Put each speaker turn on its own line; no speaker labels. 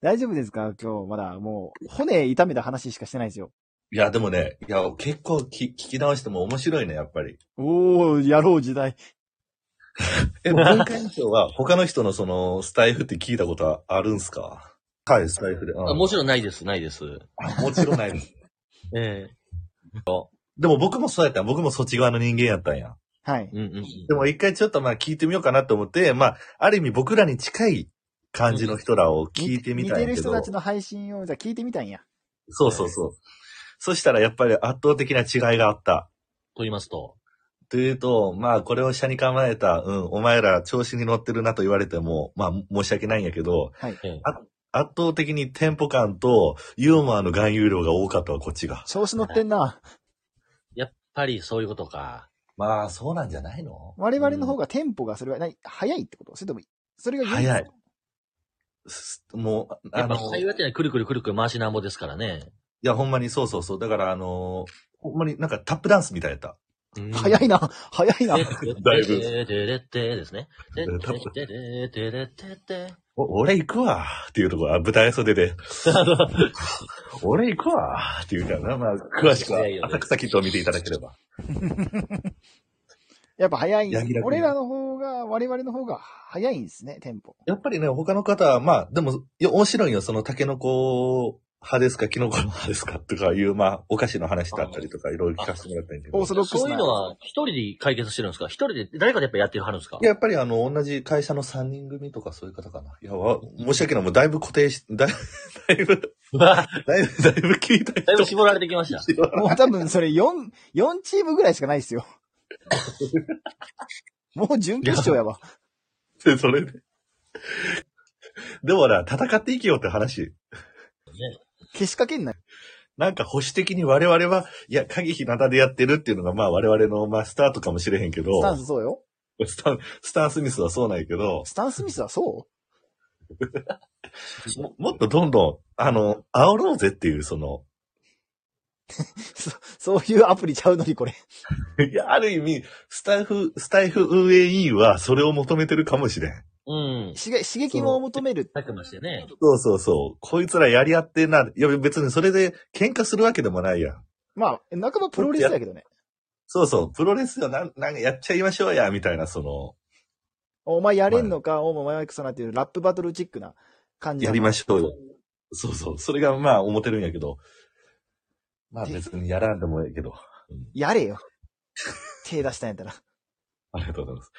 大丈夫ですか今日まだもう骨痛めた話しかしてないですよ。
いや、でもね、いや、結構き聞き直しても面白いね、やっぱり。
おー、やろう時代。
え、文化委員長は他の人のその、スタイフって聞いたことはあるんすかはい、スタイフで。
あもちろんないです、ないです。
あもちろんないです。
え
でも僕もそうやったん僕もそっち側の人間やったんや。
はい
え。うんうん。
でも一回ちょっとまあ聞いてみようかなと思って、まあ、ある意味僕らに近い感じの人らを聞いてみ
似て
たいんや
る
け
人
ど。
たちの配信を、じゃあ聞いてみたんや。
そうそうそう。そしたらやっぱり圧倒的な違いがあった。
と言いますと。
というと、まあこれを下に構えた、うん、お前ら調子に乗ってるなと言われても、まあ申し訳ないんやけど、
はい。
ええ
圧倒的にテンポ感とユーモアの含有量が多かったわ、こっちが。
調子乗ってんな。
やっぱりそういうことか。
まあそうなんじゃないの
我々の方がテンポがそれは何、早いってことそれとも、それが唯一
早い。すもう、
や
あ
っぱ
の、
会話ってのはくるくるくるくる回しなんぼですからね。
いやほんまにそうそうそう。だからあの、ほんまになんかタップダンスみたいやった。
早いな。早いな。
だいぶ
てれてれてですね。てれてれてれてて。
お俺行くわっていうところ、あ舞台袖 で。俺行くわっていうからな、まあ、詳しくは、浅草キットを見ていただければ。
やっぱ早い
柳楽。君
俺らの方が、我々の方が早いんですね、テンポ。
やっぱりね、他の方は、まあ、でも、いや面白いよ、その、タケノコ派ですか、キノコ派ですか、とかいう、まあ、お菓子の話だったりとか、いろいろ聞かせてもらったりと
オー
か。
ソドックスな。
そういうのは一人で解決してるんですか一人で誰かでやっぱやってはるんですか
いややっぱり、あの、同じ会社の3人組とかそういう方かな。いや、わ申し訳ない、もうだいぶ固定し、だいぶ、だいぶ、
だ
だいぶ、だいぶ聞いた
い
人
ぶ絞られてきました。
もう多分それ4、4チームぐらいしかないですよ。もう準決勝やわ。
で、それで。でもな、戦っていけよって話。
消しかけんな。
なんか保守的に我々は、いや、影ひなたでやってるっていうのが、まあ我々の、まあスタートかもしれへんけど、
スタンスそうよ。
スタンスタンスミスはそうなんやけど、
スタンスミスはそ
ももっとどんどん、あの、煽ろうぜっていう、その、
うそそういうアプリちゃうのにこ れ。
いや、ある意味、スタイフ、スタイフ運営委員はそれを求めてるかもしれん。
うん。
刺激刺激も求める。
たくましてね。
そうそうそう。こいつらやり合ってんな。いや、別にそれで喧嘩するわけでもないやん。
まあ、半ばプロレスやけどね。
そうそう、プロレスよ、なん、なんかやっちゃいましょうや、みたいな、その、
お前やれんのか、お前マイクソなっていうラップバトルチックな感じ
やりましょうよ。そうそう。それがまあ思ってるんやけど。まあ別にやらんでもええけど。
やれよ。手出したんやったら。
ありがとうございます。